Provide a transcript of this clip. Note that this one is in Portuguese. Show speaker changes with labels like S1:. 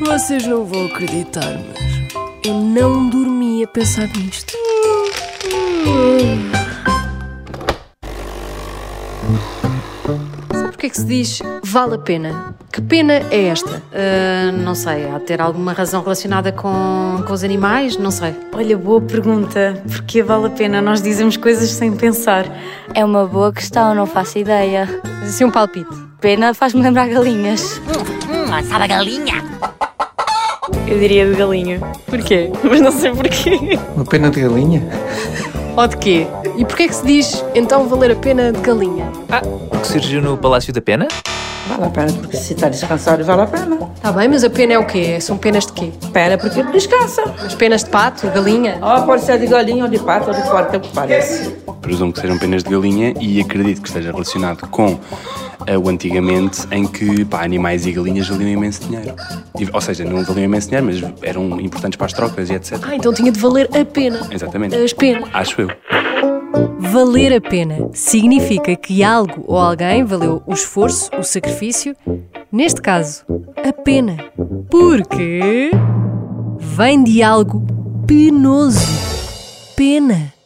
S1: Vocês não vão acreditar, mas eu não dormi a pensar nisto. Sabe porquê que se diz vale a pena? Que pena é esta?
S2: Ah, não sei, há de ter alguma razão relacionada com, com os animais? Não sei.
S3: Olha, boa pergunta. Porque vale a pena nós dizemos coisas sem pensar.
S4: É uma boa questão, não faço ideia.
S1: Mas assim um palpite.
S4: Pena faz-me lembrar galinhas.
S3: Eu diria de galinha.
S1: Porquê?
S3: Mas não sei porquê.
S5: Uma pena de galinha?
S1: Ou de quê? E porquê que se diz então valer a pena de galinha?
S6: Ah, que surgiu no Palácio da Pena?
S7: Vale a pena, porque se está descansado, vale a pena.
S1: Tá bem, mas a pena é o quê? São penas de quê?
S7: Pena porque descansa.
S1: As penas de pato, galinha?
S7: Ó, pode ser de galinha ou de pato ou de fora, tanto parece.
S8: Presumo que sejam penas de galinha e acredito que esteja relacionado com eh, o antigamente em que pá, animais e galinhas valiam imenso dinheiro. E, ou seja, não valiam imenso dinheiro, mas eram importantes para as trocas e etc.
S1: Ah, então tinha de valer a pena.
S8: Exatamente.
S1: As penas.
S8: Acho eu.
S1: Valer a pena significa que algo ou alguém valeu o esforço, o sacrifício, neste caso, a pena. Porque vem de algo penoso. Pena.